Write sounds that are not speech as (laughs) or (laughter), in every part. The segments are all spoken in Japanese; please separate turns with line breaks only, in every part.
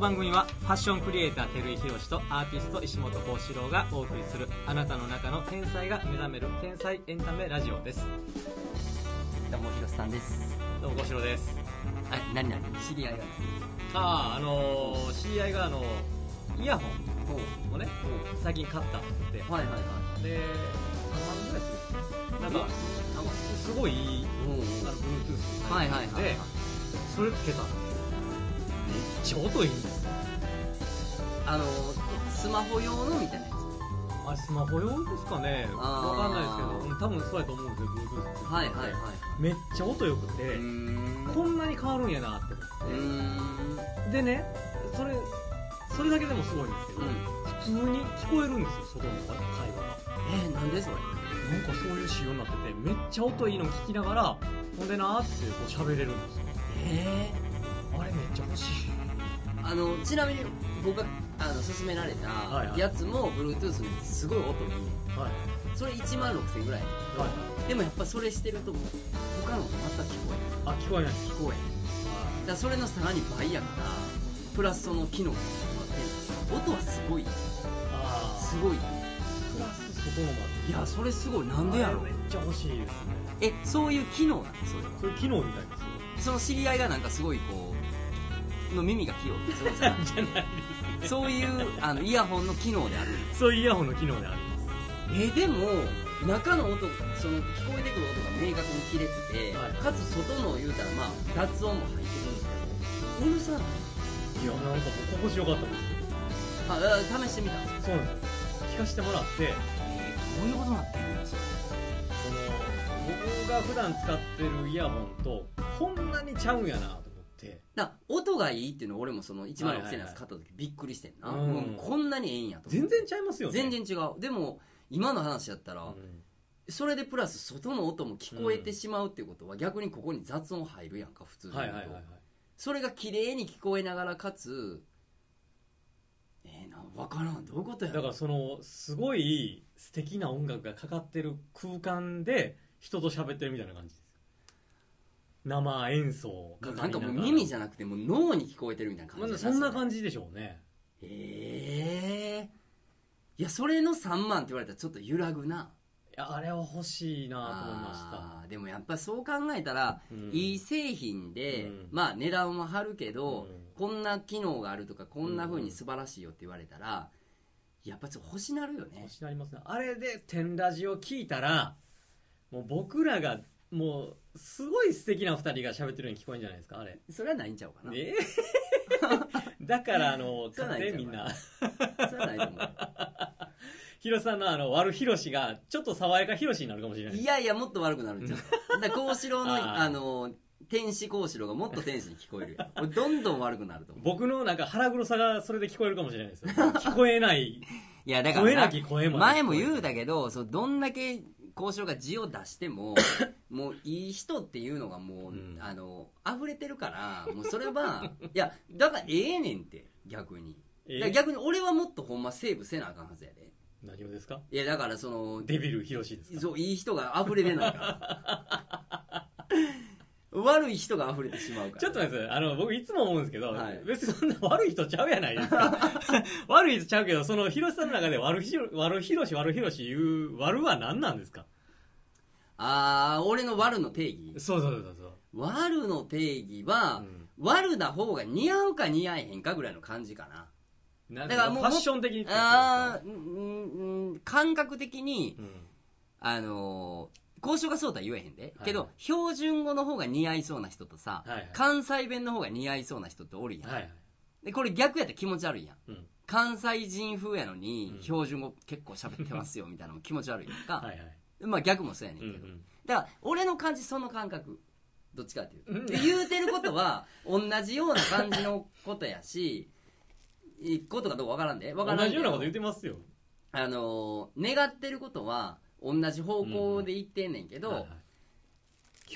番組はファッションクリエイター照井宏とアーティスト石本幸四郎がお送りするあなたの中の天才が目覚める天才エンタメラジオです
どうも、ひろしさんです。
どうも幸四郎です
あ、なになに知り合いが。
あああのー、知り合いがあのイヤホ
おう
ンをね最近買ったって
はいはいはい。
で
3万ぐらいす
3万ぐらいするなんか
る
すごいいい
おうお
あ
う
の Bluetooth
はいはいはい。
でそれつけたのちょうどいいんですよ
あの、スマホ用のみたいなやつ。
あれスマホ用ですかね
あー
わかんないですけどうん多分そうやと思うんですよ Bluetooth って
はいはいはい。
めっちゃ音良くて、
うーん。
こんなに変わるんやなって
うー
思って、
ん。
でねそれそれだけでもすごいんですけど、
うん。
普通に聞こえるんですよ外の会話が
えー、なんでそれ
なんかそういう仕様になっててめっちゃ音いいの聞きながらほんでなーってこう喋れるんですよ
え
あれめっちゃ欲しい
ー、あの、ちなみに僕があの勧められ
はいは
た
い
やつも Bluetooth のやつすごい音いいね
はい
それ1万6000ぐらい。
はい
でもやっぱそれしてると他の音また聞こえ
あ聞こえない
る。聞こえる。だからそれのさらに倍やからプラスその機能がついてる音はすごい
あ
すごい
ープラス外のも
いやそれすごいなんでやろ
あれめっちゃ欲しいですね
えそういう機能なのそれは
それ機能みたいですよ
その知り合いがなんかすごいこうの耳が器用ってすごいじゃない
じゃない
そういうあのイヤホンの機能である
そういうイヤホンの機能であります
えでも中の音その聞こえてくる音が明確に切れてて、
はい
かつ外の言うたらまあ雑音も入ってるんですけどうるさない
いやなんかもう心地よかったです
ああ試してみた
そうなんです聞かせてもらって
えー、どういうことなってんのそれ
その僕が普段使ってるイヤホンとこんなにちゃうんやなと思って
だから音がいいっていうのは俺もその1万6000
はいはい
円の
は
や
い
つ買った時びっくりしてんな、
うん
もうこんなにええんやと
全然ちゃいますよね
全然違うでも今の話やったら、
うん
それでプラス外の音も聞こえてしまうっていうことは逆にここに雑音入るやんか普通に言
は
う
い
と、
はいはいはい
それが綺麗に聞こえながらかつええな分からんどういうことや
だからそのすごい素敵な音楽がかかってる空間で人と喋ってるみたいな感じです生演奏をかかり
なんかもう
ながら
耳じゃなくてもう脳に聞こえてるみたいな感
ま
じ
あ
や
そんな
じ
感じでしょうね
ええいやそれの3万って言われたらちょっと揺らぐない
やあれは欲しいなと思いま
あーでもやっぱそう考えたら、
した、うん
いい製品で、
うん
まあ値段は張るけど、
うん
こんな機能があるとかこんな風に素晴らしいよって言われたら、やっぱちょっと欲しなるよね
欲しなりますねあれで「天ラジ」を聞いたらもう僕らがもうすごい素敵な2人が喋ってるように聞こえるんじゃないですかあれ
それはないんちゃうかな、
え (laughs) だからあの
そうなん
買っ
ちゃ
て
う
みんな
それはないと
(laughs)
思
ヒロさんのあの悪ヒロシがちょっと爽やかヒロシになるかもしれな
う
い
いやいやもっと悪くなる
(laughs)
んちゃうだから幸四郎の
あー
あの天使幸四郎がもっと天使に聞こえるよ俺どんどん悪くなると思う
僕のなんか腹黒さがそれで聞こえるかもしれないです
(laughs)
よ聞こえない
いやだから
声なき声も
前も
う
言うだけどそうどんだけ交渉が字を出して
(coughs)
ももういい人っていうのがもう、
うん
あの溢れてるからもうそれはいやだからええねんって逆に、だから
え
逆に俺はもっとほんまセーブせなあかんはずやで
何をですか
いやだからその
デビルヒロシですか
そういい人が溢れれないから
(laughs)
悪い人が溢れてしまうから
ちょっと待ってくださいあの僕いつも思うんですけど、
はい
別にそんな悪い人ちゃうやないです
(laughs)
か悪い人ちゃうけどその広瀬さんの中で悪ひろ悪ひろし悪ひろし言う悪は何なんですか
ああ俺の悪の定義
そうそうそうそう
悪の定義は、悪な方が似合うか似合えへんかぐらいの感じかな
なん
だから
かも
も
う
う
ファッション的にってことですか
あーうんうん感覚的に、あのー交渉がそうとは言えへんで、
はい
けど標準語の方が似合いそうな人とさ、
はいはい
関西弁の方が似合いそうな人っておる
う
や
ん
ん、
はいはい
でこれ逆やったら気持ち悪いやん
うん
関西人風やのに、
うん
標準語結構喋ってますよみたいなのも気持ち悪いやんか、
はいはい
まあ逆もそうやねん
う
け
ん
ど、だから俺の感じその感覚どっちかっていうと、
うん
で言うてることは同じような感じのことやしいいことかどうかわからんでわ
う
か
ん
ら
同
ん
じ
け
よ
ど
うなこと言ってますよ
あのー願ってることは同じ方向で言ってんねんけど、
はいはい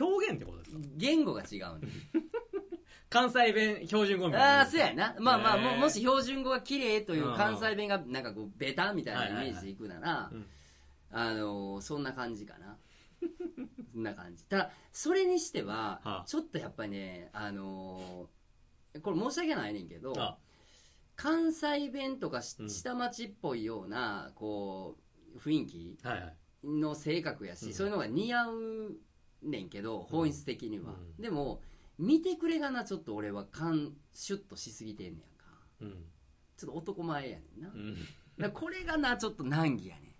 表現ってことですか
言語が違うね
(laughs)
ん
関西弁標準語みたいな
ああそうやなまあまあ
へー
ももし標準語が綺麗とい
うんう
うん関西弁がなんかこうベタみたいなイメージでいくなら
いはいはいうん
あのーそんな感じかなそんな感じただそれにして
は
は
あ
ちょっとやっぱりねあのーこれ申し訳ないねんけど
あ
関西弁とかし
うん
下町っぽいようなこう雰囲気
はいはい
の性格やし、
うん
そういうのが似合うねんけど本質的には、
うん
でも見てくれがなちょっと俺はかんシュッとしすぎてんねやんか
うん、
ちょっと男前やねんな、
う
だか
ん、い
らこれがなちょっと難儀やね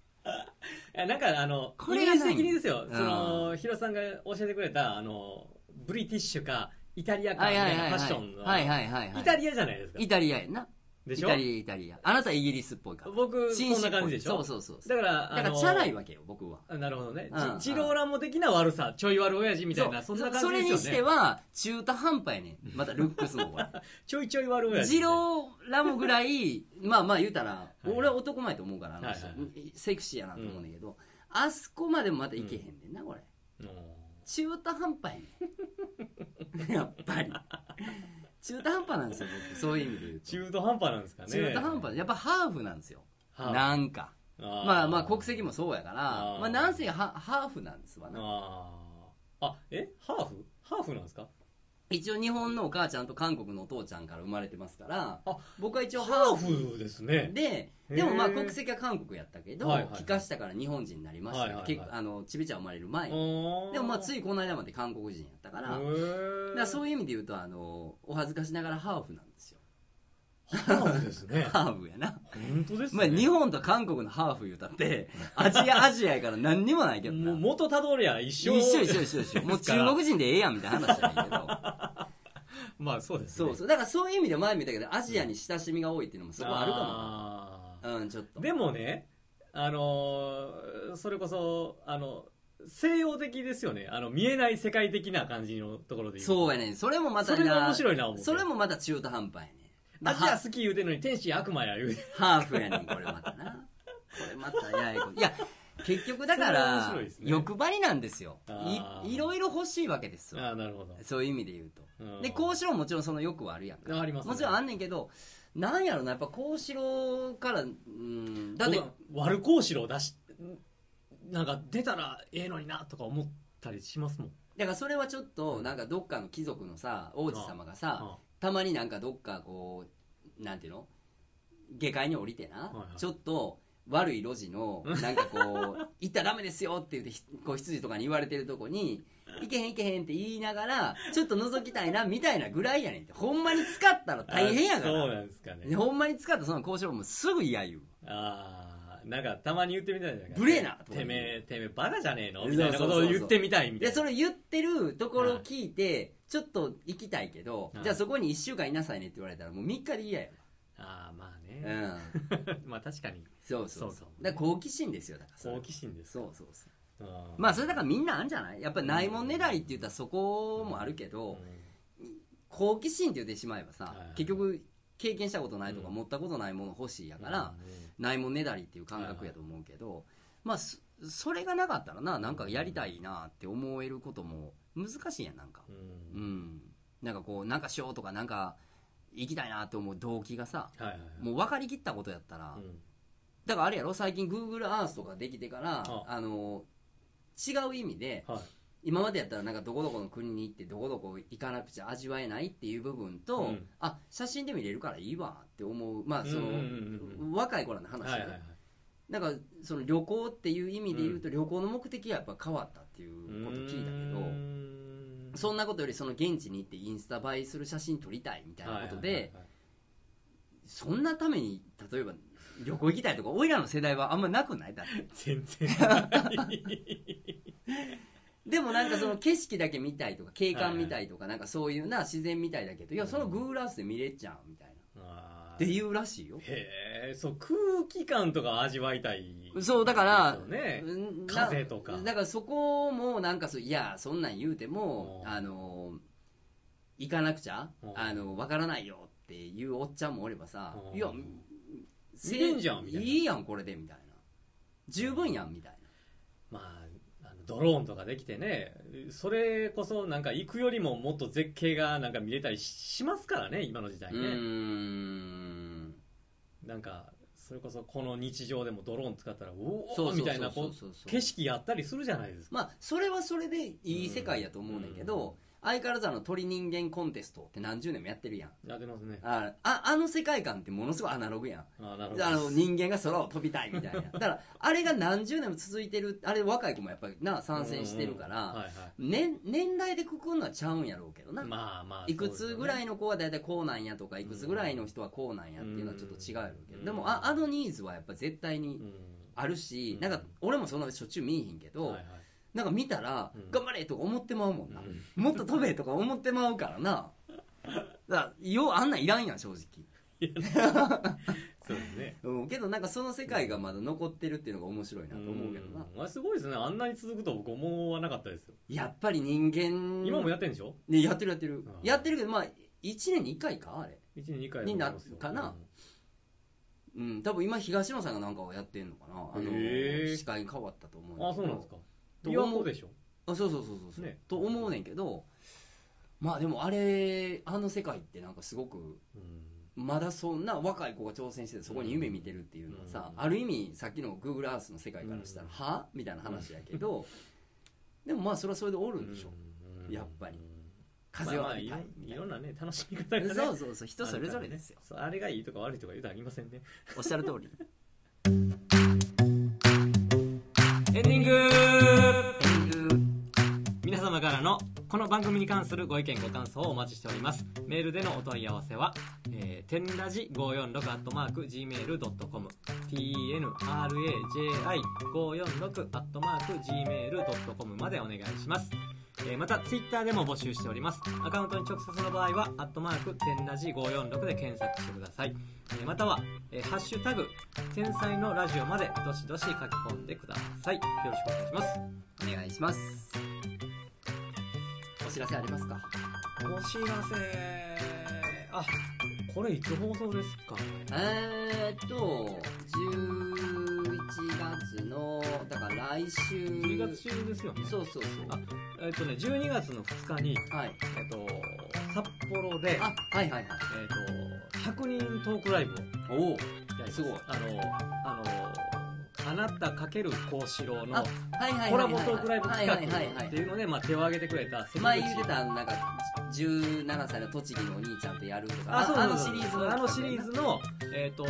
ん
やなんかあの
こ
こ
れ
れ
が
が
ない
的にですよ
うん
そのヒロさんが教えてくれたあのブリティッシュかイタリアかみたいなファッションの
はいはいはいはい
イタリアじゃないですか
イタリアやんな
で
イ
しょ
タリアイタリアあなたイギリスっぽいから
僕そんな感じでしょ
そうそうそうそ
だ
う
から
だ
あ
から
の
チャラいわけよ僕は
あなるほどね
うん
じジローラモ的な悪さちょい悪親父みたいなそ
うん
な感じ
それに
です
し
よね
ては中途半端やねんまたルックスもこれ
ちょいちょい悪親父
ジローラモぐらい、まあまあ言うたら、
い
俺は男前と思うから、あの人
はいはいは
セクシーやなと思うんだけど、あそこまでもまたいけへんねんな、これ。
うん
中途半端やね
(laughs)
ん。やっぱり。中途半端なんですよ、僕。そういう意味で言うと。
中途半端なんですかね
中途半端でやっぱハーフなんですよ。
はあ
なんか。
あー
まあまあ国籍もそうやから、
あー
まあなんせハハーフなんですわな。
あーあえハーフハーフなんですか
一応日本のお母ちゃんと韓国のお父ちゃんから生まれてますから
あ、
僕は一応ハ
ハ
ーフ
ーフですね
で、
へー
でもまあ国籍は韓国やったけど、
はいはいはい
帰化したから日本人になりました
はいはい
よ
はい
結構あのちびちゃん生まれる前に。
で
でもまあついこの間まで韓国人やったから、だからそういう意味で言うと、あの、お恥ずかしながらハーフな
(laughs)
んですよ。
ハーフですね
ハーフやな。
本当です
まあ
ね
日本と韓国のハーフ言うたって、アジア、アジアやから何にもないけど
もう
な。
元たどりゃ一
一
緒
緒一緒一緒一緒。もう中国人でええやんみたいな話じゃない
(laughs)
けど。
まあそうですね
そうそう。だからそういう意味で前見たけど、アジアに親しみが多いっていうのもそこあるか
あー
も。うん、ちょっと。
でもね、あのーそれこそ、あの、西洋的ですよね。あの、見えない世界的な感じのところで言
そう
う
やねん。それもまた
それが面白いな思うて
それもまた中途半端やねん。
アジア
ハ
好き言うてんのに天使や悪魔や言うて。
ハーフやねん、これまたな。これまたややこい。いや、結局だから
それは面白いです、ね
欲張りなんですよ
あ。ー
いいろいろ欲しいわけですよ。
ああ、なるほど。
そういう意味で言うと。
うん
で、幸四郎もちろんその欲はあるやんか。
ありますね
もちろんあんねんけど、なんやろな、やっぱ幸四郎から、うん、だって、
僕は悪公子を出し、なんか出たらええのになとか思ったりしますもん。
だからそれはちょっと、なんかどっかの貴族のさ、王子様がさ、
あ
たまになんかどっかこうなんていうの下界に降りてな、
いはい
ちょっと悪い路地のなんかこう行ったらダメですよって言ってひ (laughs) こう羊とかに言われてるとこに行けへん行けへんって言いながらちょっと覗きたいなみたいなぐらいやねんってほんまに使ったら大変やか
そう
ら
なんですかね
で。ほんまに使ったらその交渉もすぐ嫌言う
ああ、なんかたまに言ってみたいじゃないか
無礼な
てめえ、てめえバカじゃねえのみたいなことを
そうそうそうそう
言ってみたいみたい
で
な。
それ言ってるところを聞いてちょっと行きたいけど、
はい
じゃあそこに1週間いなさいねって言われたらもう3日で嫌やわ
ああ、まあ
う
ね。
ん
(laughs) まあ確かに、
そうそうそう
そうそう
だから好奇心ですよだからそれ
好奇心です。
そうそうそう
うん
まあそれだからみんなあんじゃないやっぱりないもんねだりって言ったらそこもあるけど、好奇心って言ってしまえばさ、
はいはい
結局経験したことないとか
うん
持ったことないもの欲しいやから、ないもんねだりっていう感覚やと思うけど、まあそそれがなかったらななんかやりたいなって思えることも難しいやんなんか
うん、
う
うん
んなんかこうなんかしようとかなんか行きたいなって思う動機がさ
はいはいはい
もう分かりきったことやったら、
うん
だからあれやろ最近 Google Earth とかできてから
あ
あの違う意味で、
はい
今までやったらなんかどこどこの国に行ってどこどこ行かなくちゃ味わえないっていう部分と、
うん
あ写真で見れるからいいわって思うまあその、
うんうんうん
若い頃の話、
はいはいはい
なんかその旅行っていう意味で言うと、旅行の目的はやっぱ変わったっていうこと聞いたけ
う
ど、
ーん
そんなことよりその現地に行ってインスタ映えする写真撮りたいみたいなことで、
はいはいはいはい
そんなために例えば旅行行きたいとか俺らの世代はあんまなくないだって
全然ない
でもなんかその景色だけ見たいとか景観見たいとかなんかそういうな自然みたいだけどいやその Google Earth で見れちゃうみたいな
あー
っていうらしいよ
へえそう空気感とか味わいたい
そうだから
ね
うんな
風とか
だからそこもなんかそういやそんなん言うても
うん
あの行かなくちゃ
うん
あのわからないよっていうおっちゃんもおればさ
うん
いや
見れんじゃんみたいない
いやんこれでみたいな十分やんみたい
まああのドローンとかできてねそれこそなんか行くよりももっと絶景がなんか見れたりししますからね今の時代
なう
ね、
ーん
なんかそれこそこの日常でもドローン使ったらお
そうそうそ
お
う
みたいなこう
そうそうそう
景色やったりするじゃないですか
まあそれはそれでいい世界やと思うねんだけど、相変わらずあの鳥人間コンテストって何十年もやってるやん
やってますね
あああの世界観ってものすごいアナログやん
あなるほど
あの人間が空を飛びたいみ
(laughs)
たいなだからあれが何十年も続いてるあれ若い子もやっぱりな参戦してるから、
うんうんはいは
年年代でくくんのはちゃうんやろうけどな、
い、まあまあ
いくつぐら
い
いの子は大体こうなんやとかいくつぐらいの人はこうなんやっていうのはちょっと違うやろうけど、
うん
でもああのニーズはやっぱ絶対に
うん
あるし、
うん
なんか俺もそんなしょっちゅう見えへんけど、
はいはい
なんか見たら、
うん
頑張れとか思ってまうもんな、
うん
もっと飛べとか思ってまうからなだからようあんなんいらんやん正直、
そうですね
うん、けどなんかその世界がまだ残ってるっていうのが面白いなと思うけどな、
んあすごいですねあんなに続くとは僕思わなかったですよ
やっぱり人間
今も
や,、
やってるんでしょ
ね、やってるやってる、
ん
やってるけどまあ1年に1回かあれ
1年2回
になかなうん、多分今東野さんがなんかをやってんのかなあ
へ
の
ー
司会変わったと思うんだけど
あそうなんですか
どう
琵琶湖でしょ
あそうそうそうそうそう、
ね
と思うねんけどまあでもあれあの世界ってなんかすごく
うん
まだそんな若い子が挑戦しててそこに夢見てるっていうのはさ、
うん
ある意味さっきの Google Earth の世界からしたら、
うん
はみたいな話やけど、でもまあそれはそれでおるんでしょ、
うん
やっぱり風
風
は
は
吹
い
かないみたい
ろ
なん
なね楽しみ方がね
そうそうそう人それぞれですよ
あるからねそうあれがいいとか悪いとか言うとありませんね
おっしゃる通り
エンディング
エンディング
皆様からのこの番組に関するご意見ご感想をお待ちしておりますメールでのお問い合わせは「えー、天ラジ546」ットマーク Gmail.com「TNRAJI546」ットマーク Gmail.com までお願いしますえーまたツイッターでも募集しておりますアカウントに直接の場合は「アットマーク天ラジ546」で検索してください、えーまたは、えーハッシュタグ天才のラジオ」までどしどし書き込んでくださいよろしくお願いします
お願いしますお知らせありますか
お知らせあこれいつ放送ですか
えーっと11月のだから来週
10月中ですよね
そうそうそう
あえっとね12月の2日に、
はい
えっと、札幌で、えっ
あはいはいはい
と、100人トークライブをや
おお
ります
すごい
あのあのあなた×幸四郎
あ
の
はいはいはいはい
コラボトークライブ
はい
企
はいはいは
画って
い
いうので、まあ、手を挙げてくれた
前言ってたなんか17歳の栃木のお兄ちゃんとやるとか
あそう
あ
そう
の
そ
シ
う
リーズの
あのシリーズの、えっと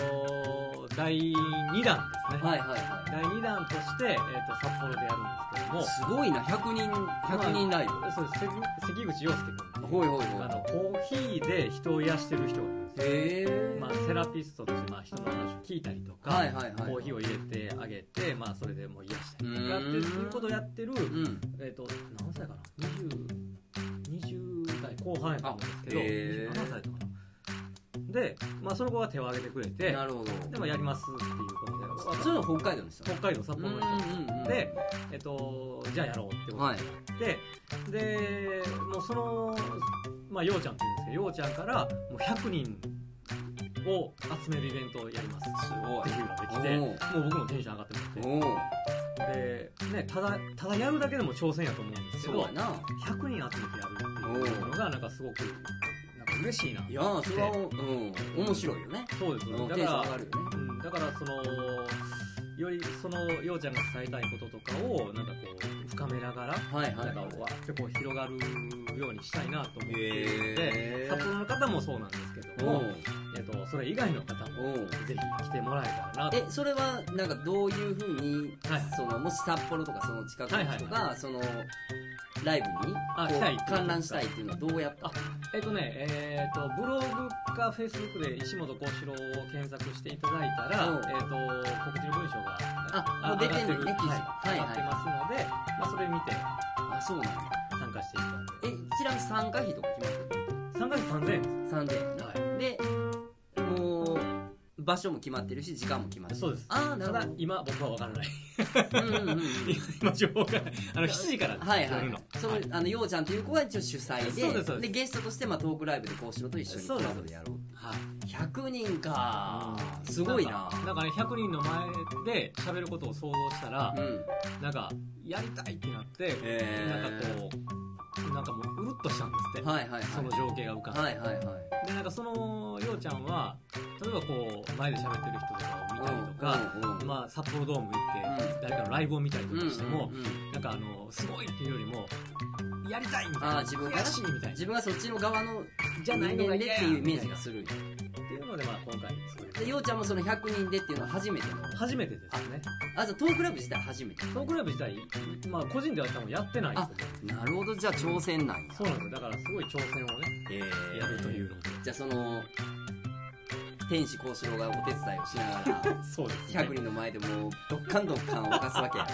第2弾ですね、
はいはいは
第2弾として、えっと札幌でやるんですけども
いすごいな100人100人ライブ
そうです関関口洋介君
ほいほい
あ
ほ
のコーヒーで人を癒してる人がいるんで
い
すよ、
へえ
まあ、セラピストとして、まあ、人の話を聞いたりとか、
はいはいはい
コーヒーを入れてあげて、まあ、それでもう癒したりとかっ
うー
て
ん
いうことをやってる、
うん
えっと何歳かな20 20代後半やと思うんですけど
あへー
27歳とかなで、まあ、その子が手を挙げてくれて
なるほど
でもやりますっていうことで
そういうの北海道ですよ
北海道札幌の人で、えっと、じゃあやろうってこと
はい
ででもうそのまあようちゃんって言うんですけどようちゃんからもう100人を集めるイベントをやりますす
ごい
っていうのができてもう僕もテンション上がって
お
も
お
らってで、ね、ただただやるだけでも挑戦やと思うんですけ
そう
ど
やな
100人集めてやるっていうのがなんかすごくなんか嬉しいない
やーそれはうん面白いよね
そうです
うん
ねだ
テ
か
ンション
ら
上がるよ
う
ね
ん、だからそのよりそのようちゃんが伝えたいこととかをなんかこう深めながら
はいは
ないんか
は
わ
い
ーってこう広がるようにしたいなと思っているの
へ
で
ー
札幌の方もそうなんですけど
お
も
う、
えっとそれ以外の方も
おう
ぜひ来てもらえたらなと
えそれはなんかどういうふうに、
はい
そのもし札幌とかその近くの人が、
はいはい
そのライブに
あ
こう
来たいって
観覧したいっていうのはどうやった
あえっとねえっとブログかフェイスブックで石本幸四郎を検索していただいた
お
ら、
う
えっと告知の文章が
あもう出てんねんね記事
はい、上がってますので、まあ、それ見て
あそうなんだ
参加していただ
えちなみに参加費とか決
いて参加費3000円です
まってる3000円でもう場所も決まってるし時間も決まってる
そうです
ああな
た
る
だ今僕は分からない (laughs)
ほどうんうんうん
今情報があの7時からです
はいはい、
夜の
そのあのようちゃんという子が一応主催で
そうですそうです
ゲストとして、まあ、トークライブでこうしろと一緒にコ
そうです
ラボでやろうって
はい
100人かすごいなん
かなんかね100人の前で喋ることを想像したら
う、ん
なんかやりたいってなって、
へー
なんかこなんかもううるっとしたんですって、
はいはいはい
その情景が浮かんで、
はいはいはい
でなんかそのようちゃんは例えばこう前で喋ってる人とかを見たりとか、
うんうんうん
まあ、札幌ドーム行って
う
誰かのライブを見たりとかしても、
うんうんうん
なんかあのすごいっていうよりもやりたいみたい
あ
な
あ自分が
悔しいみたいな
自分がそっちの側の
じゃないの
人
が嫌
間で
や
っていうイメージがする
っていうのでまあ今回そういう
でようちゃんもその100人でっていうのは初めての
初めてですね
あじゃあトークライブ自体初めて
トークライブ自体、まあ、個人では多分やってないんですよね
なるほどじゃあ挑戦なんや
そうなんですよだからすごい挑戦をね
えー
やるというので
じゃあその天使幸四郎がお手伝いをしながら
そうです、ね
100、人の前でもうドッカンドッカンを犯すわけや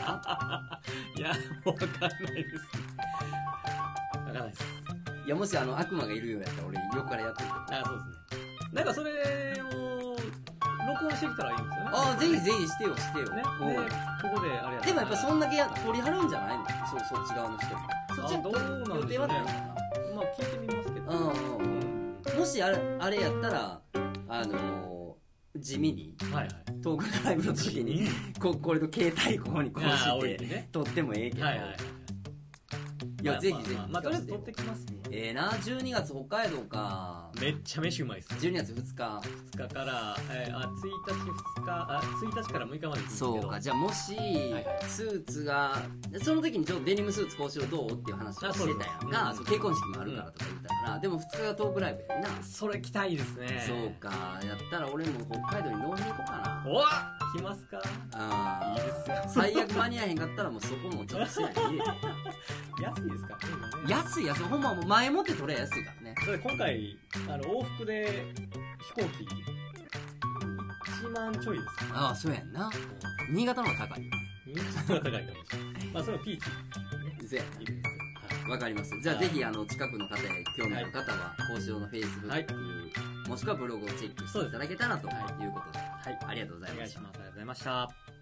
いやもう分かんないです分かんないです
ないやもしあの悪魔がいるようやったら俺横からやってるあ
あそうですねなんかそれを録音してきたらいいんですよね
あーぜひぜひしてよしてよ、
ね
うん
でここであれやな
でもやっぱそんだけや取り払うんじゃないのそうそっち側の人そっち
あどうなんでしょうね
予定はないのか
まあ聞いてみますけど
なうんうんうんもしあれあれやったらあのー地味に
はいはい
トークライブの時にここれと携帯ここにこう
あー置
し
いて
て
ね
撮ってもええけど、
はいはい
いや、
まあ
ぜひぜひ
まあまあまあとりあえず撮ってきますね
ええな12月北海道か
めっちゃ飯うまいです
12月2日
2日から、えー、あ1日2日あ1日から6日まで行くんですけど
そうかじゃあもし
はい
スーツがその時にちょっとデニムスーツこうしろどうっていう話を
あ
し
そう
て
です
たやんか
うん
そう結婚式もあるからとか言ったからでも2日がトークライブやんな
それ来たいですね
そうかやったら俺も北海道に飲みに行こうかな
おわ来ますかいい
あ
で
ー
すよ
最悪間に合えへんかったらもうそこもちょっとしてないで入れて
安いですか
安い安いほんまもう前もって取れや安いからね
それ今回あの往復で飛行機1万ちょいです
ああそうやんな新潟の方が高いよ
認知度が高いかもしれないまあそのピーチ
そうや
いいです
わかりますじゃあ
はい
ぜひあの近くの方や興味ある方は幸四郎のフェイスブ
は
ッ
い
クもしくはブログをチェックしていただけたらということで、
はい
ありがとうござ
は
い
い
ました
お願いしますありがとうございました